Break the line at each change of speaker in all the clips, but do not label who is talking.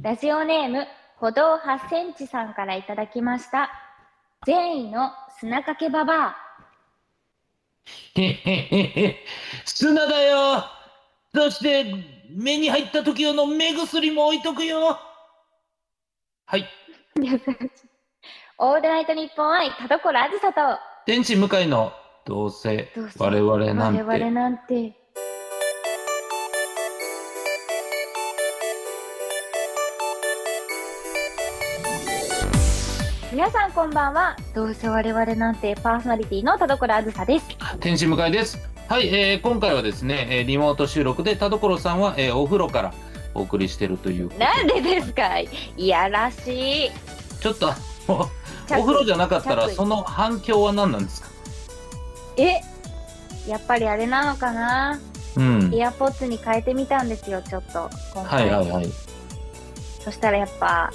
ラジオネーム歩道8センチさんからいただきました善意の砂かけババア
へへへへ砂だよそして目に入った時用の目薬も置いとくよはい
オールナイトニッポン愛田所あずさと
天使向かいのどうせ
どうせ
我々なんて
我々なんて皆さんこんばんはどうせ我々なんてパーソナリティの田所あずさです
天使向かいですはい、えー、今回はですね、えーリモート収録で田所さんは、えーお風呂からお送りしてるという
なんでですかいやらしい
ちょっとあのお風呂じゃなかったら
着衣
その反響は何なんですか
えやっぱりあれなのかな
うん
エアポッツに変えてみたんですよちょっと今
は
回、
いはいはい
そしたらやっぱ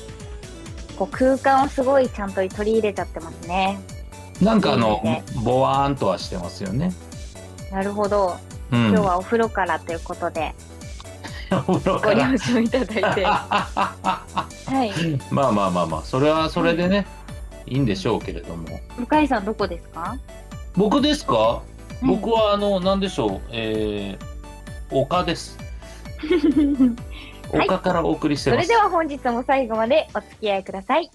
こう空間をすごいちゃんと取り入れちゃってますね
なんかあの
いいね
ボワーンとはしてますよね
なるほど
うん
今日はお風呂からということで、
お風呂か
ご
ら
了承いただいては
ま
い
あまあまあまあそれはそれでね、いいんでしょうけれども
向井さんどこですか
僕ですか、僕
は、
はあの何でしょうえー、丘です
うんはい
丘からお送りして
そ
ま
れ
す、
では本日も最後までお付き合いください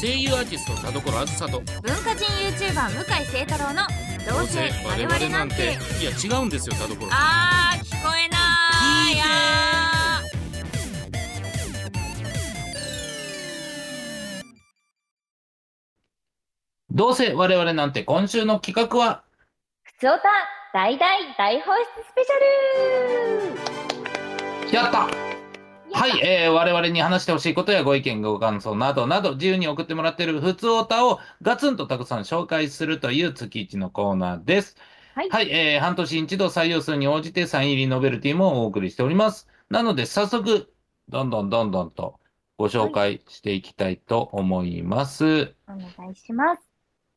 声優アーティスト田所あずさと
文化人 YouTuber 向井聖太郎の「どうせ我々なんて
いや違うんですよ田所」さん
あー聞こえない
聞いて
あー
どうせ我々なんて今週の企画は
ふつおた大大大放出スペシャル
やったはい、えー、我々に話してほしいことやご意見、ご感想などなど、自由に送ってもらっている普通オタをガツンとたくさん紹介するという月一のコーナーです。
はい
えー半年に一度採用数に応じてサイン入りノベルティもお送りしております。なので、早速、どんどんどんどんとご紹介していきたいと思います。
お願いしま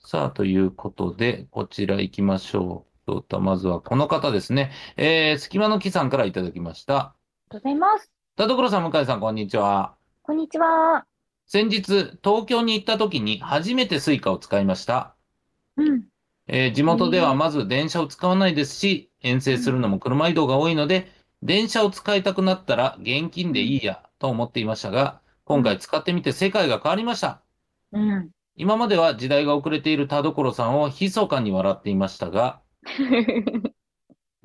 す
さあ、ということで、こちら行きましょう。どうだまずはこの方ですね。えー、隙間の木さんからいただきました。
ありがとうございます
田所さん、向井さん、こんにちは。
こんにちは
先日、東京に行った時に初めてスイカを使いました。
うん
えー地元ではまず電車を使わないですし、遠征するのも車移動が多いので、電車を使いたくなったら現金でいいやと思っていましたが、今回使ってみて世界が変わりました。
うん
今までは時代が遅れている田所さんを密かに笑っていましたが、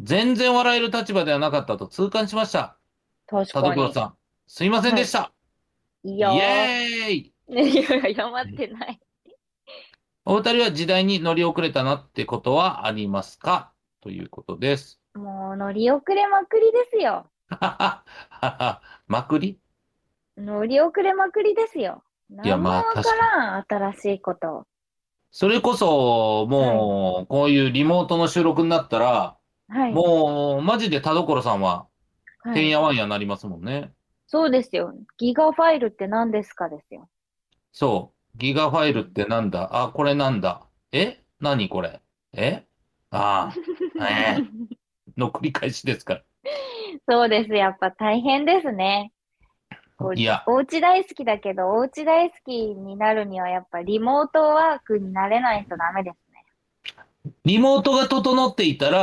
全然笑える立場ではなかったと痛感しました。
確
田
か
所
に
さん、すいませんでした。
い
イ
や
エーイ
ーいや謝ってない
お二人は時代に乗り遅れたなってことはありますかということです。
もう乗り遅れまくりですよ
はははまくり
乗り遅れまくりですよ
い
何
や
も
まあ
わからん新しいこと
それこそ、もう、こういうリモートの収録になったら、
はい
もう、マジで田所さんは、
はい
てんやわんやなりますもんね。
そうですよギガファイルって何ですかですよ
そう。ギガファイルってなんだあ、これなんだえ何これえああ、えーの繰り返しですから。
そうですやっぱ大変ですねこう
いや
お家大好きだけどお家大好きになるにはやっぱリモートワークになれないとダメですね
リモートが整っていたら、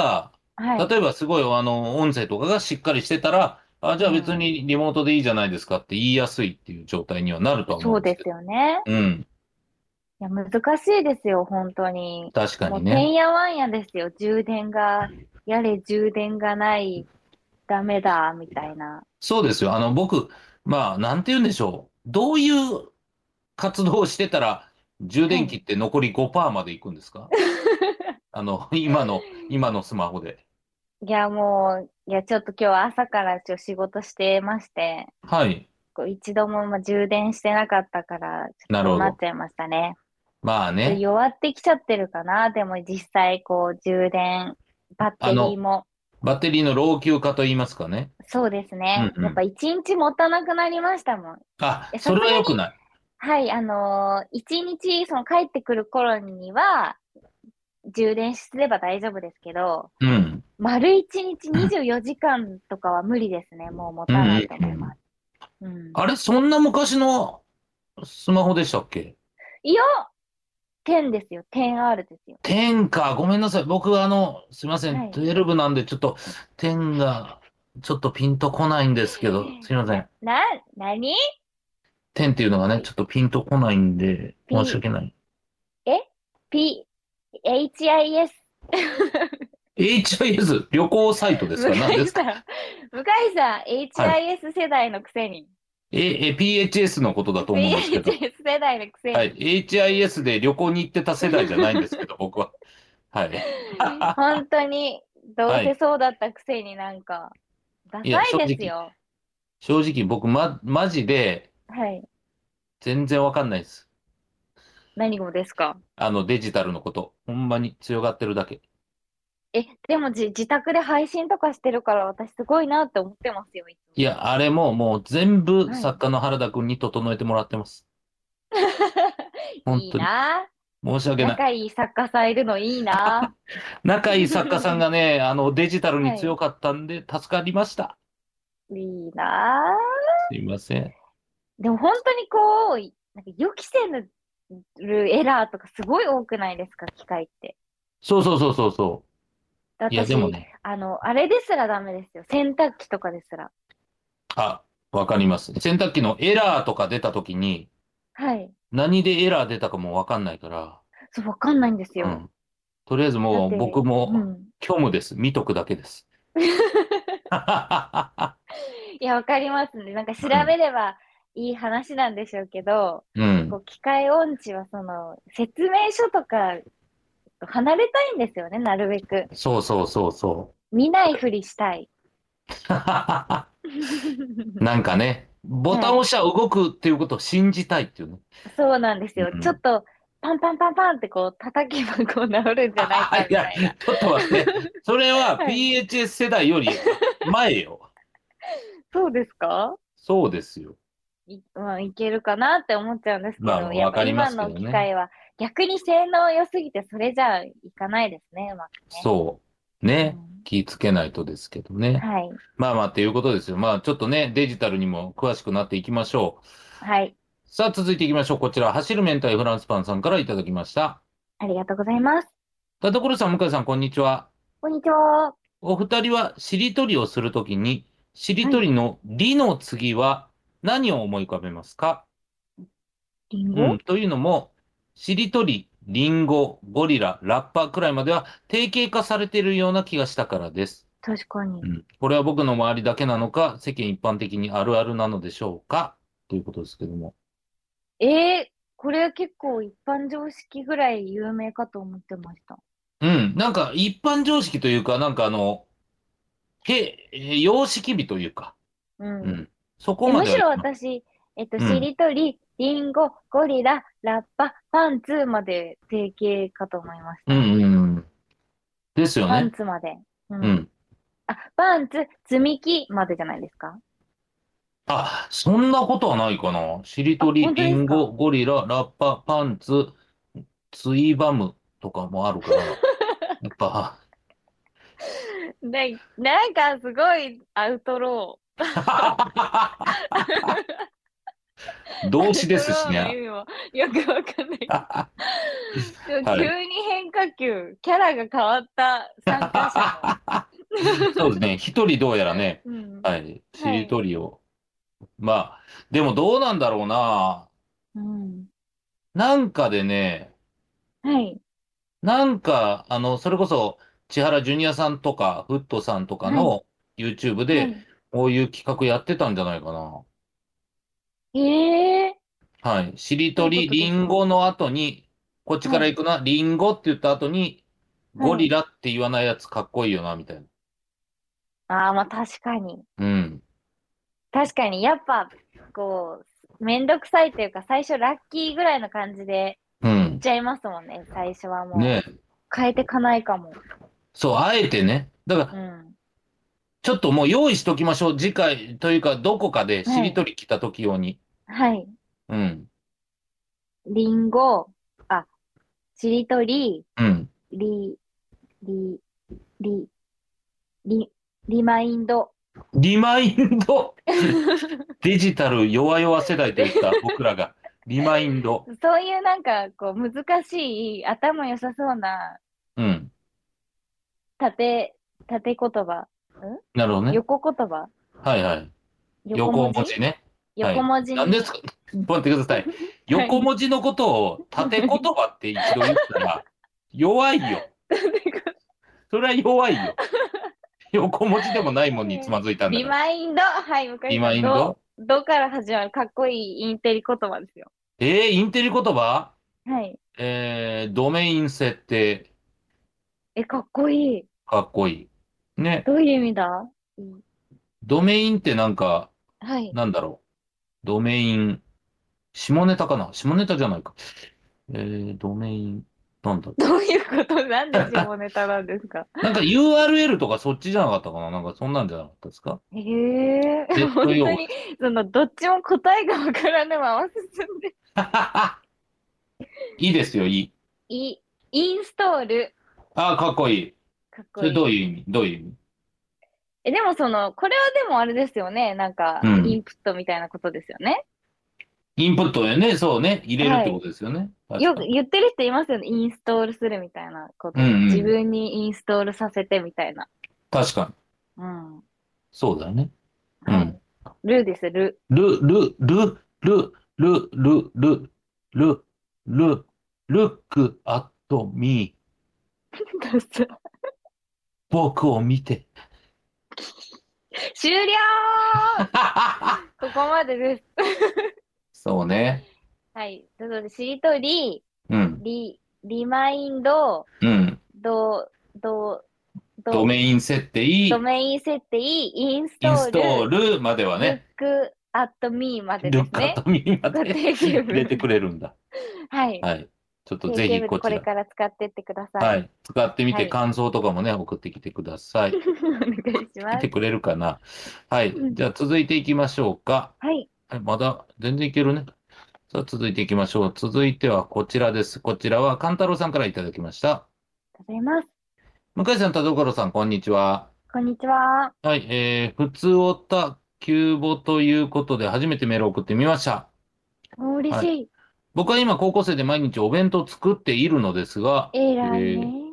はい
例えばすごいあの音声とかがしっかりしてたら、あ、じゃあ別にリモートでいいじゃないですかって言いやすいっていう状態にはなるとは思
そううん
で
ですす
け
よね
ど。うん、
いや難しいですよ本当に
確か
も
に
うてん
ね。
やわんやですよ。充電が、やれ充電がない、ダメだ、みたいな。
そうですよ。あの僕、まあなんて言うんでしょう。どういう活動をしてたら充電器って残り5%までいくんですか あの、今の、今のスマホで。
いや、もう、いや、ちょっと今日は朝からちょっと仕事してまして、
はい。
こう一度もまあ充電してなかったから、ちょ
な
っ
る
と
ほど
なっちゃいましたね。
まあ
で
ね。
弱ってきちゃってるかな。でも実際、こう、充電、バッテリーも。
バッテリーの老朽化と言いますかね。
そうですね。
うんうん
やっぱ一日持たなくなりましたもん。
あ
え、
それは良くない。
はい、あのー一日、その帰ってくる頃には、充電すれば大丈夫ですけど、
うん。
丸一日24時間とかは無理ですね。もう持たないと思います。うん
あれ、そんな昔のスマホでしたっけ
いや、10ですよ。10R ですよ。
10か、ごめんなさい。僕はあの、すいませ
はい
ん、12なんでちょっと、10がちょっとピンとこないんですけど、すいません。
な、なに
10っていうのがね、ちょっとピンとこないんで、
ピン
申し訳ない。
?P、HIS。
HIS、旅行サイトです か
向井
何ですか
さん、向井さん、HIS 世代のくせに。
え、え、PHS のことだと思うんですけど。
PHS 世代のくせに。
はい。HIS で旅行に行ってた世代じゃないんですけど、僕は。はい。
本当に、どうせそうだったくせになんか、ダ
いや
サいですよ。
正直僕、ま、マジで
はい。
全然わかんないです。
何語ですか
あの、デジタルのこと。ほんまに強がってるだけ。
え、でもじ自宅で配信とかしてるから私すごいなって思ってますよ、いつも
いや、あれももう全部
はい
作家の原田くんに整えてもらってます。本
いい
当に。
な
申し訳ない。
仲いい作家さんいるのいい な
仲いい作家さん がね、あの、デジタルに強かったんで、助かりました。
いいな
すいません。
でも本当にこう、いなんか予期せぬエラーとかすごい多くないですか、機械って。
そうそうそうそうそ
だっ
う。
て
いや、でもね。
あの、あれですらダメですよ。洗濯機とかですら。
あ、わかります。洗濯機のエラーとか出たときに、
はい。
何でエラー出たかもわかんないから、
そう、わかんないんです
う
よ。
ん。とりあえずも
だ
う
って
僕
う
も
ん。
虚無です。見とくだけ です。
いや、わかりますね。なんか調べればいい話なんでしょうけど、
うん
こ。う機械音痴はその、説明書とか、離れたいんですよね、なるべく。
そうそうそうそ
見ないふりしたい。
う。 なんかね、ボタンを押したら動くっていうことを信じたいっていうね。
そうなんですよ
う。ん
ちょっと、パンパンパンパンってこう、叩けばこう、治るんじゃないかみたいな。
ちょっと待って。それは
はい
PHS 世代より前よ。
そうですか
そうですよ。
い,、まあ、いけるかなって思っちゃうんですけど、
まあ
やっ
わ
ぱ
かりま
今
すけど
の
ね
機械は逆に性能良すぎて、それじゃいかないですね、うまくね。
そう。ね。気ぃつけないとですけどね。
うんはい。
まあまあっていうことですよ。まあちょっとね、デジタルにも詳しくなっていきましょう。
はい。
さあ続いていきましょう。こちら、走る明太フランスパンさんからいただきました。
ありがとうございます。
田所さん、向井さん、こんにちは。
こんにちは。
お二人はしりとりをするときに、しりとりのりの次は何を思い浮かべますか、
リン
う
ゴ、
ん、というのも、しりとり、りんご、ゴリラ、ラッパくらいまでは定型化されているような気がしたからです。
確かに
う。ん、これは僕の周りだけなのか、世間一般的にあるあるなのでしょうかということですけども。
えー、これは結構一般常識ぐらい有名かと思ってました。
うん、なんか一般常識というか、なんかあの、へ、えー様式美というか、
うん。
うん、そこ
え
ま
む
で
しろ
は
私、えっと、
うん
しりとり、リンゴ、ゴリラ、ラッパ、パンツまで定型かと思いました。
うんうんうん。ですよ
パン
ね。
ツまで。う
う。ん。
あ、パンツ、積み木までじゃないですか。
あ、そんなことはないかな。しりと
あ
り、
本当で
り
すか
んご、ゴリラ、ラッパ、パンツ、ついばむとかもあ るから、やっぱ、
な、なんかすごいアウトロー。
動詞で すし
アウトローの
ね。
意味もよくわかんない。でも
はい
急に変化球、キャラが変わった参加
そうですね。一人どうやらね、
者の。 うん
はい、しりとりを。まあ、でもどうなんだろうな。
うん。
なんかでね、
はい。
なんか、あの、それこそ、千原ジュニアさんとか、フットさんとかの YouTube
は
で、
い
こういう企画やってたんじゃないかな。
ええ
はい。しりとり、
そういうことです
リンゴの後に、こっちから行くな、リンゴって言った後に、
はい
ゴリラって言わないやつかっこいいよな、みたいな。
ああ、まあ確かに。
うん。
確かに、やっぱ、こう、めんどくさいというか、最初ラッキーぐらいの感じで
う
いっ
ん。
ちゃいますもんね、最初はもう。
ねえ
変えてかないかも。
そう、あえてね。だから
う、ん。
ちょっともう用意しときましょう。次回というか、どこかでしりとり来た時用に。
はい。
うん。
リンゴ、あ、しりとり、
うん。
り、り、り、リリマインド。
リマイン ドデジタル弱々世代といった僕らが、リマインド。
そういうなんかこう難しい頭良さそうな
うん。
縦て言葉、
なるほどね。
横言葉
はいはい。横文字ね。はい
横文字
何ですか待ってください。横文字のことを縦言葉って一度言った ら、弱いよ。それは弱い よ。横文字でもないもんにつまずいたんだ
リ
から。
マインドはい、向井さん
リマインド
ドドから始まるかっこいいインテリ言葉ですよ。
えー、インテリ言葉
はい。
えー、ドメイン設定、
え、かっこいい。
かっこいい。ね。
どういう意味だ
ドメインってなんか、
はい。
なんだろう。ドメイン、下ネタかな下ネタじゃないか。えー、ドメイン、なんだろ
どういうことなんで下ネタなんです か
う。なんか URL とかそっちじゃなかったかななんかそんなんじゃなかったですか
へえ
え
本当
どう
に
いう、
その、どっちも答えがわからぬまま進んで。
いいですよ、いい。
い、インストール。
ああ、かっこいい。
かっ
そ
こい
れどう
い。
いう意味どういう意味
え、でもその、これはでもあれですよね。なんか、
うん
インプットみたいなことですよね。
インプットよね、そうね、入れるってことですよね。
よく
確かに
言ってる人いますよね。インストールするみたいなこと。
うんうん
自分にインストールさせてみたいな。
確かに。
うん。は
そうだよね。う
い
ん。
ルーです、ル。
ル、ル、ル、ル、ル、ル、ル、ル、ル、ルックアットミー。僕を見て。
終了ここまでです。
そうね。
はい。ということで、しりとり、
うん。
リ、リマインド、
うん。
ド、ド、ド
ドメイン設定、イ
ドメイン設定、インスト
ン
ー
ス
ル、
トールまでは
ルッ
ね、
クアットミーまでで
ルッ
す
クア
ね
ッ。トミー まで
定型文
入れてくれるんだ。
はい。
はい。ちょっと
定
ぜひ
型文
こ
こ
ち
れ
ら、
から使ってってくださ。
はいい。使ってみ
は
て
い
感想とかもね、送ってきてくださ い。
お願いしま
来て
す。
くれるかな。はい。
うん
じゃあ続いていきましょうか。
はい。
はい、まだ全然いけるね。さあ、続いていきましょう。続いてはこちらです。こちらは、勘太郎さんからいただきました。
ありがとうございます。
向井さん、田所さん、こんにちは。
こんにちは。
はい、えー、普通おた、急募ということで、初めてメールを送ってみました。
お嬉しい。
僕は今、高校生で毎日お弁当を作っているのですが、
えらいね。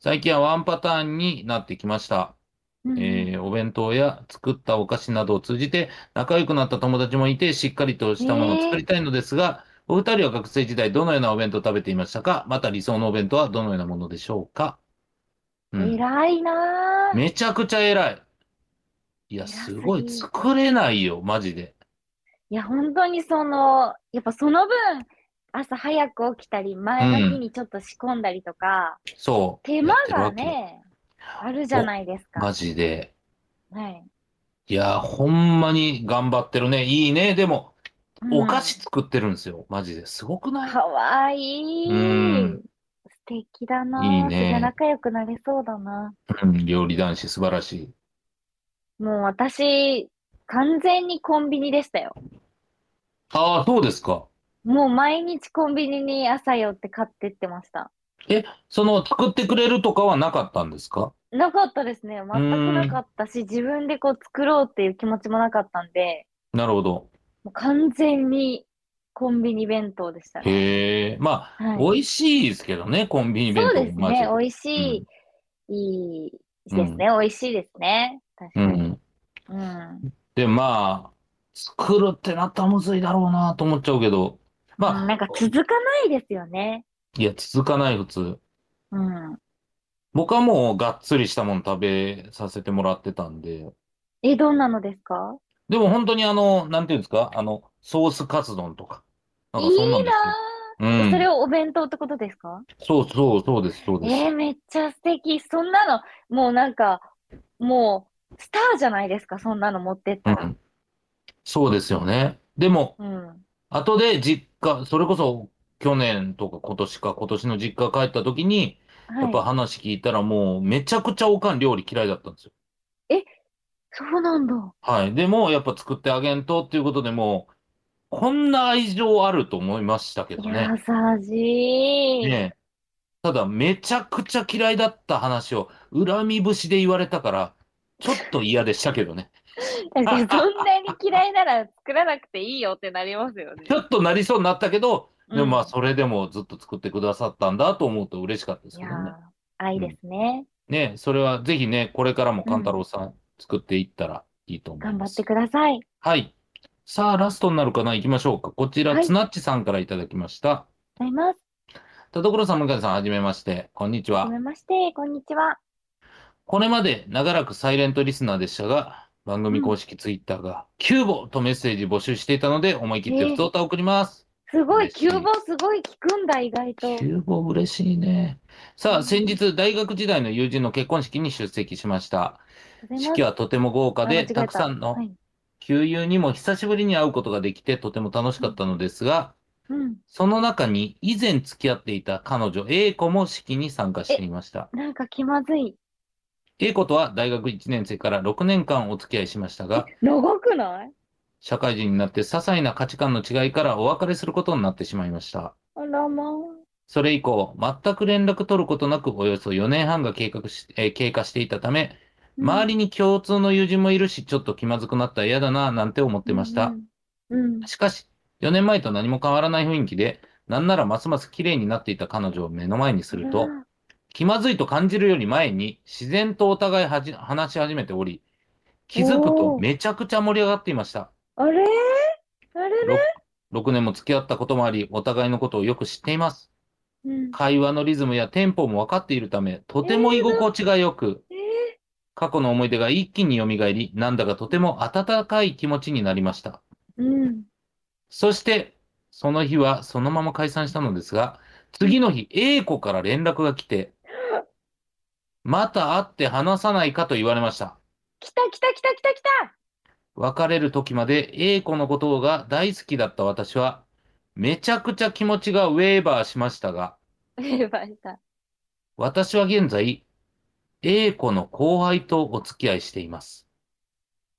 最近はワンパターンになってきました。
うん
えー、お弁当や作ったお菓子などを通じて仲良くなった友達もいて、しっかりとしたものを作りたいのですが、お二人は学生時代どのようなお弁当を食べていましたかまた理想のお弁当はどのようなものでしょうか、うん
えらいなー。
めちゃくちゃ偉い。いや、
偉
す
すぎ
ごい。作れないよ、マジで。
いや、本当にその、やっぱその分、朝早く起きたり、前の日にちょっと仕込んだりとか、
そう。
手間
や
が
ってるわ
ね、あるじゃないです
け。
か。
マジで。
はい。
いや、ほんまに頑張ってるね。いいね。でも、
うん
お菓子作ってるんですよ。マジで。すごくない
かわいい。
うん
素敵だな。
いい
そ
ね
れ仲良くなれそうだな。
うん、料理男子素晴らしい。
もう私、完全にコンビニでしたよ。
ああ、そうですか。
もう毎日コンビニに朝寄って買ってってました。
その作ってくれるとかはなかったんですか
なかったですね。全くなかったし、自分でこう作ろうっていう気持ちもなかったんで、
なるほど。
もう完全にコンビニ弁当でしたね。
へえ。まあ、
はい
美味しいですけどね、コンビニ弁
そう
当
です
マジ
ね。美味しい、いいですね。美味しいですね。確か
うんう
に。
ん。
うん。
で、まあ、作るってなったらむずいだろうなと思っちゃうけど、まあ、
なんか続かないですよね。
いや、続かない普通。
うん。
僕はもうがっつりしたもの食べさせてもらってたんで、
え、どんなのですか
でも本当にあの、なんていうんですか、あの、ソースカツ丼とか、なんか
い
そんないんで
な
す
ぁ、
よ。うん。
それをお弁当ってことですか
そうそう、そうです、そうです。
えー、めっちゃ素敵。そんなの、もうなんか、もう、スターじゃないですか。そんなの持ってった
う
ら。
ん。そうですよね。でも、
うん。
後で実家、それこそ去年とか今年か、今年の実家帰った時に、やっぱ
はい。
話聞いたらもうめちゃくちゃおかん料理嫌いだったんですよ。
そうなんだ。
はい。でもやっぱ作ってあげんとっていうことでもう、こんな愛情あると思いましたけどね。
優しい。
ねえただめちゃくちゃ嫌いだった話を恨み節で言われたから、ちょっと嫌でしたけど ね。
なんかそんなに嫌いなら作らなくていいよってなります よね
ち。ょっとなりそうになったけど、でもまあ
うん
それでもずっと作ってくださったんだと思うと嬉しかったです
い
け
や
どね。
ー愛ですね。
ね、それはぜひね、これからも勘太郎さん作っていったらいいと思い
頑張
ま
っ
す。
てください。
はい。さあ、ラストになるかな行きましょうか。こちら、
はい
つなっちさんからいただきました。
ございます。
田所さん、向井さん、はじめまして。こんにち
は
は
じ。めまして、こんにちは。
これまで長らくサイレントリスナーでしたが、番組公式ツイッターが、キューボとメッセージ募集していたので、思い切って
ええ
普通歌を送ります。
すごい、
嬉し
キ
い
ューボすごい聞くんだ、意外と。
キューボ嬉しいね。さあ、先日、大学時代の友人の結婚式に出席しました。
ございます
式はとても豪華
あ間違
で、
えた
たくさんの
はい
旧友にも久しぶりに会うことができてとても楽しかったのですが、
うん、
その中に以前付き合っていた彼女 A 子も式に参加していました。
なんか気まずい。
A 子とは大学1年生から6年間お付き合いしましたが、
長くない
社会人になって些細な価値観の違いからお別れすることになってしまいました。
あらまあ。
それ以降、全く連絡取ることなくおよそ4年半が計画し、えー経過していたため、周り
に
に共通の友人もいるし、ちょっと気まずくなったら嫌だな、なんて思っ
出
てました。。
うんうん。うん
しかし、4年前と何も変わらない雰囲気で、なんならますます綺麗になっていた彼女を目の前にすると、気まずいと感じるより前に、自然とお互いはじ話し始めており、気づくと
おー
めちゃくちゃ盛り上がっていました。
あれあれれ、
6年も付き合ったこともあり、お互いのことをよく知っています。
うん、
会話のリズムやテンポも分かっているため、とても居心地が良く、
え
過去の思い出が一気に蘇り、なんだかとても温かい気持ちになりました。
ー、うん。
そして、その日はそのまま解散したのですが、次の日、A 子から連絡が来て、また会って話さないかと言われました。
来た来た来た来た来た
別れる時まで A 子のことが大好きだった私は、めちゃくちゃ気持ちがウェーバーしましたが、
えばした。
私は現在、A 子の後輩とお付き合いしています。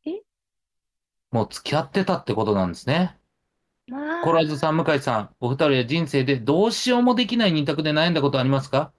え
もう付き合ってたってことなんですね。
まあ、
コラーズさん、向井さん、お二人は人生でどうしようもできない二択で悩んだことありますか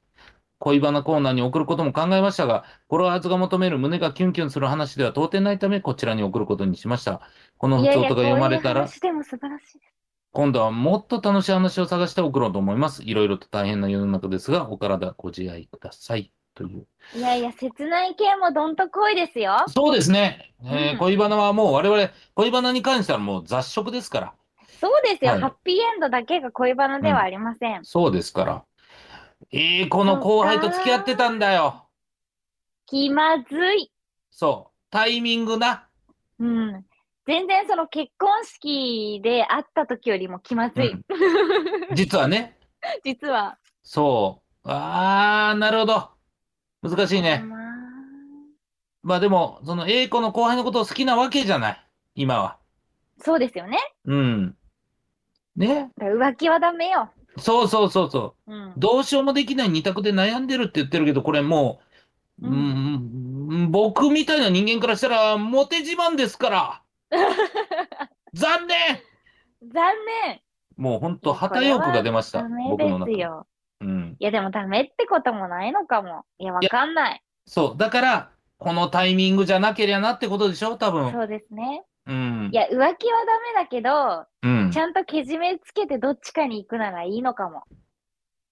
恋バナコーナーに送ることも考えましたが、コラーズが求める胸がキュンキュンする話では到底ないため、こちらに送ることにしました。この
い
普
やい
通
や
音が読まれた
こういう
ら、
話でも素晴らしいです。
今度はもっと楽しい話を探して送ろうと思います。いろいろと大変な世の中ですが、お体ご自愛ください。という。
いやいや、切ない系もどんと濃いですよ。
そうですね。えー
うん
恋バナはもう我々、恋バナに関してはもう雑食ですから。
そうですよ、
はい
ハッピーエンドだけが恋バナではありません。
そうですから。えー、この後輩と付き合ってたんだよ。
気まずい。
そう。タイミングな。
うん。全然その結婚式で会った時よりも気まずい。
うん実はね。
実は。
そう。あー、なるほど。難しいね。
まあ
まあでも、その A 子の後輩のことを好きなわけじゃない。今は。
そうですよね。
うん。ね。
だから浮気はダメよ。
そうそうそうそ
うん
う。。どうしようもできない二択で悩んでるって言ってるけど、これもう、う
うん
ん、うん僕みたいな人間からしたら、モテ自慢です から。残念
残念。
もう本当、旗よくが出ました。
ダメ
僕の中
です
で。
よ。
うん。
いやでもダメってこともないのかも。いや、わかんない。
そう、だから、このタイミングじゃなけりゃなってことでしょ、多分。
そうですね。
うん
い。や、浮気はダメだけど、
うん
ち。ゃんとけじめつけてどっちかに行くならいいのかも。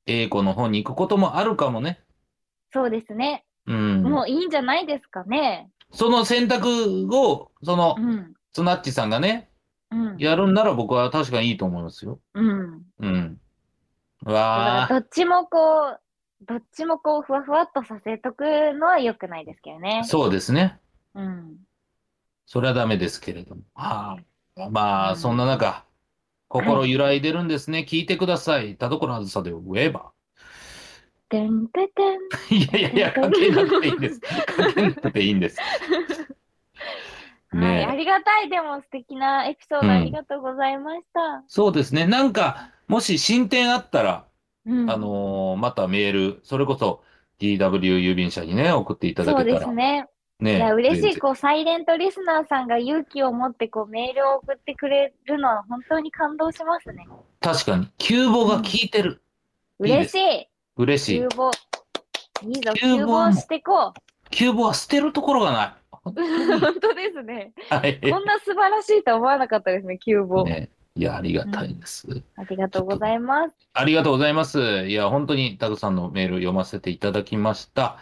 A 子の方に行くこともあるかもね。
そうですね。
うん。
もういいんじゃないですかね。
その選択を、その
う、ん。
ツナッチさんがね、
うん。
やるんなら僕は確かにいいと思いますよ。
うん。
うん。う
だ
わ
か
あ、
らどっちもこう、どっちもこう、ふわふわっとさせとくのは良くないですけどね。
そうですね。
うん。
それはダメですけれども。はあ、ま
う
あ、
ん
そんな中、心揺らいでるんですね。聞いてください。田所あずさでウェーバ
てんててん。
ー。いやいやいや、かけなくていいんです。かけなくていいんです。
はい、
ねえ
ありがたい。でも素敵なエピソー
うん
ドありがとうございました。
そうですね。なんか、もし進展あったら、
うん。
あのーまたメール、それこそ DW 郵便社にね、送っていただ
そう
けた
で
ら。
すね。
ね
いや、嬉
全
しい。
然
こう、サイレントリスナーさんが勇気を持って、こう、メールを送ってくれるのは本当に感動しますね。
確かに、キューボが効いてる。いいで
嬉
す
しい。
嬉しい
急。防。いいぞ、
急
急
防も
防してこう。
キューボは捨てるところがない。
本当ですね。
はい。
こんな素晴らしいとは思わなかったですね、急募。
ね、いや、ありがたいです。
ありがとうございます。
ありがとうございます。いや、本当にたくさんのメール読ませていただきました。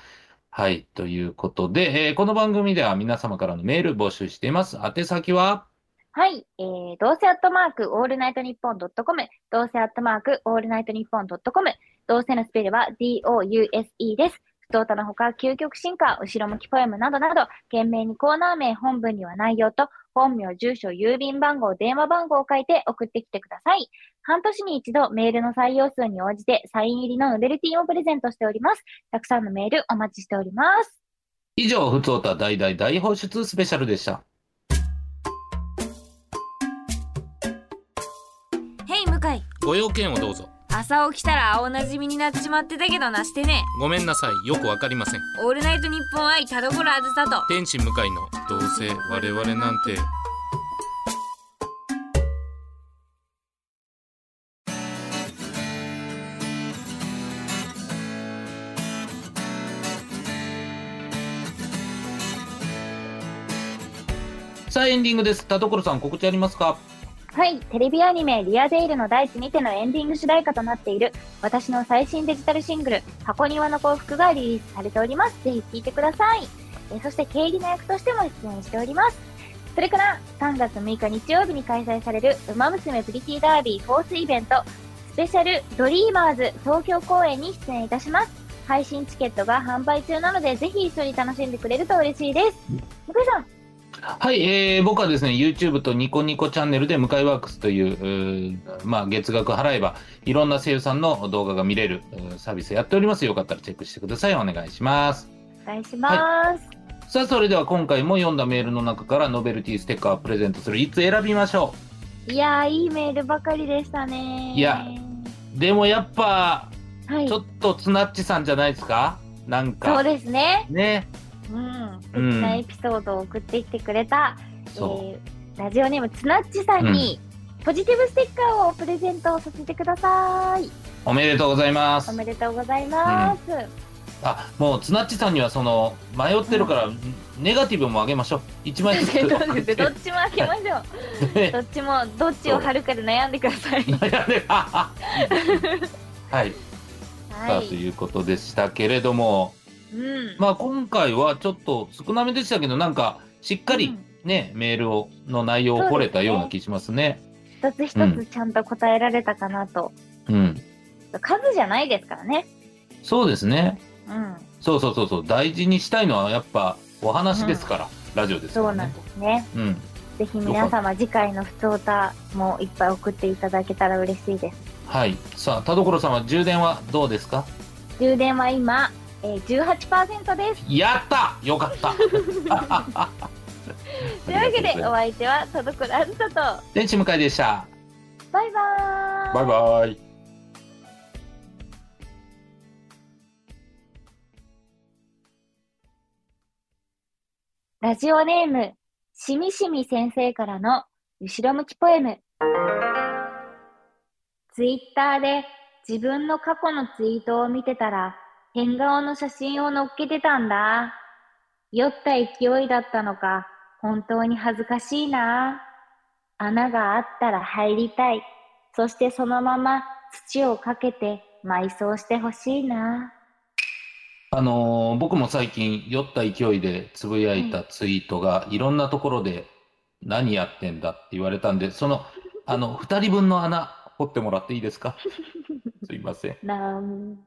はい。ということで、えーこの番組では皆様からのメール募集しています。宛先は
はい、えー、どうせアットマークオールナイトニッポンドットコム、どうせアットマークオールナイトニッポンドットコム、どうせのスペルは D-O-U-S-E です。不登たのほか、究極進化、後ろ向きポエムなどなど、懸命にコーナー名、本文には内容と、本名、住所、郵便番号、電話番号を書いて送ってきてください。半年に一度、メールの採用数に応じて、サイン入りのノベルティをプレゼントしております。たくさんのメールお待ちしております。
以上、ふつおた大大大放出スペシャルでした。
ヘイ向井
ご用件をどうぞ
朝起きたら青なじみになっちまってたけどなしてね
ごめんなさいよくわかりません
オールナイトニッポン愛田所あずさと
天使向かいのどうせ我々なんて
さあ、エンディングです。田所さん、告知ありますか
はい、テレビアニメ「リアデイルの大地にて」のエンディング主題歌となっている私の最新デジタルシングル「箱庭の幸福」がリリースされておりますぜひ聴いてくださいえーそして経理の役としても出演しておりますそれから3月6日日曜日に開催される「ウマ娘プリティダービーフォースイベントスペシャルドリーマーズ東京公演に出演いたします配信チケットが販売中なのでぜひ一緒に楽しんでくれると嬉しいです向井さん
はい、えー僕はですね、YouTube とニコニコチャンネルで、向井ワークスといううー、まあ、月額払えば、いろんな声優さんの動画が見れるうーサービスやっております。よかったらチェックしてください。お願いします。
お願いします、
さあ、それでは今回も読んだメールの中から、ノベルティステッカーをプレゼントする、いつ選びましょ
い、やーいいメールばかりでしたね
いやう。でもやっぱ、
はい
ちょっとツナッチさんじゃないですかなん
そう
か。
ですね。
ね。
うん。素
うん
敵なエピソードを送ってきてくれた、
そ
えーラジオネームつなっちさんに、ポジティブステッカーをプレゼントさせてください。
う。おめでとうございま
お
す。
めでとうございます。
あ、もうツナッチさんには、その、迷ってるから、ネガティブもあげましょう。一枚 ずつ。
そうですねどっちも開けましょう。どっちもどっちを貼るかで悩んでくださ い。
悩んではい、さ
は
あ
い。
ということでしたけれども、
うん。
まあ、今回はちょっと少なめでしたけどなんかしっかりね、メールをの内容を掘れたような気しますね。
一つ一つちゃんと答えられたかなと。
うん、
数じゃないですからね。
そうですね
うん。
そうそうそうそう大事にしたいのはやっぱお話ですから、ラジオですか
そ
ら
うなん
ね。
ですね。
うん、
ぜひ皆様次回の普通歌もいっぱい送っていただけたら嬉しいです。
はいさあ田所さんは充電はどうですか
充電は今、えー、18%です。
やったよかった
というわけでお相手は田所あずさと
電池向かいでした
バイバーイ
バイバイ
ラジオネームしみしみ先生からの後ろ向きポエムツイッターで自分の過去のツイートを見てたら変顔の写真を載っけてたんだ酔った勢いだったのか本当に恥ずかしいな穴があったら入りたいそしてそのまま土をかけて埋葬してほしいな
あのー僕も最近酔った勢いでつぶやいたツイートが、いろんなところで何やってんだって言われたんでそのあの2人分の穴掘ってもらっていいですかすいません
なん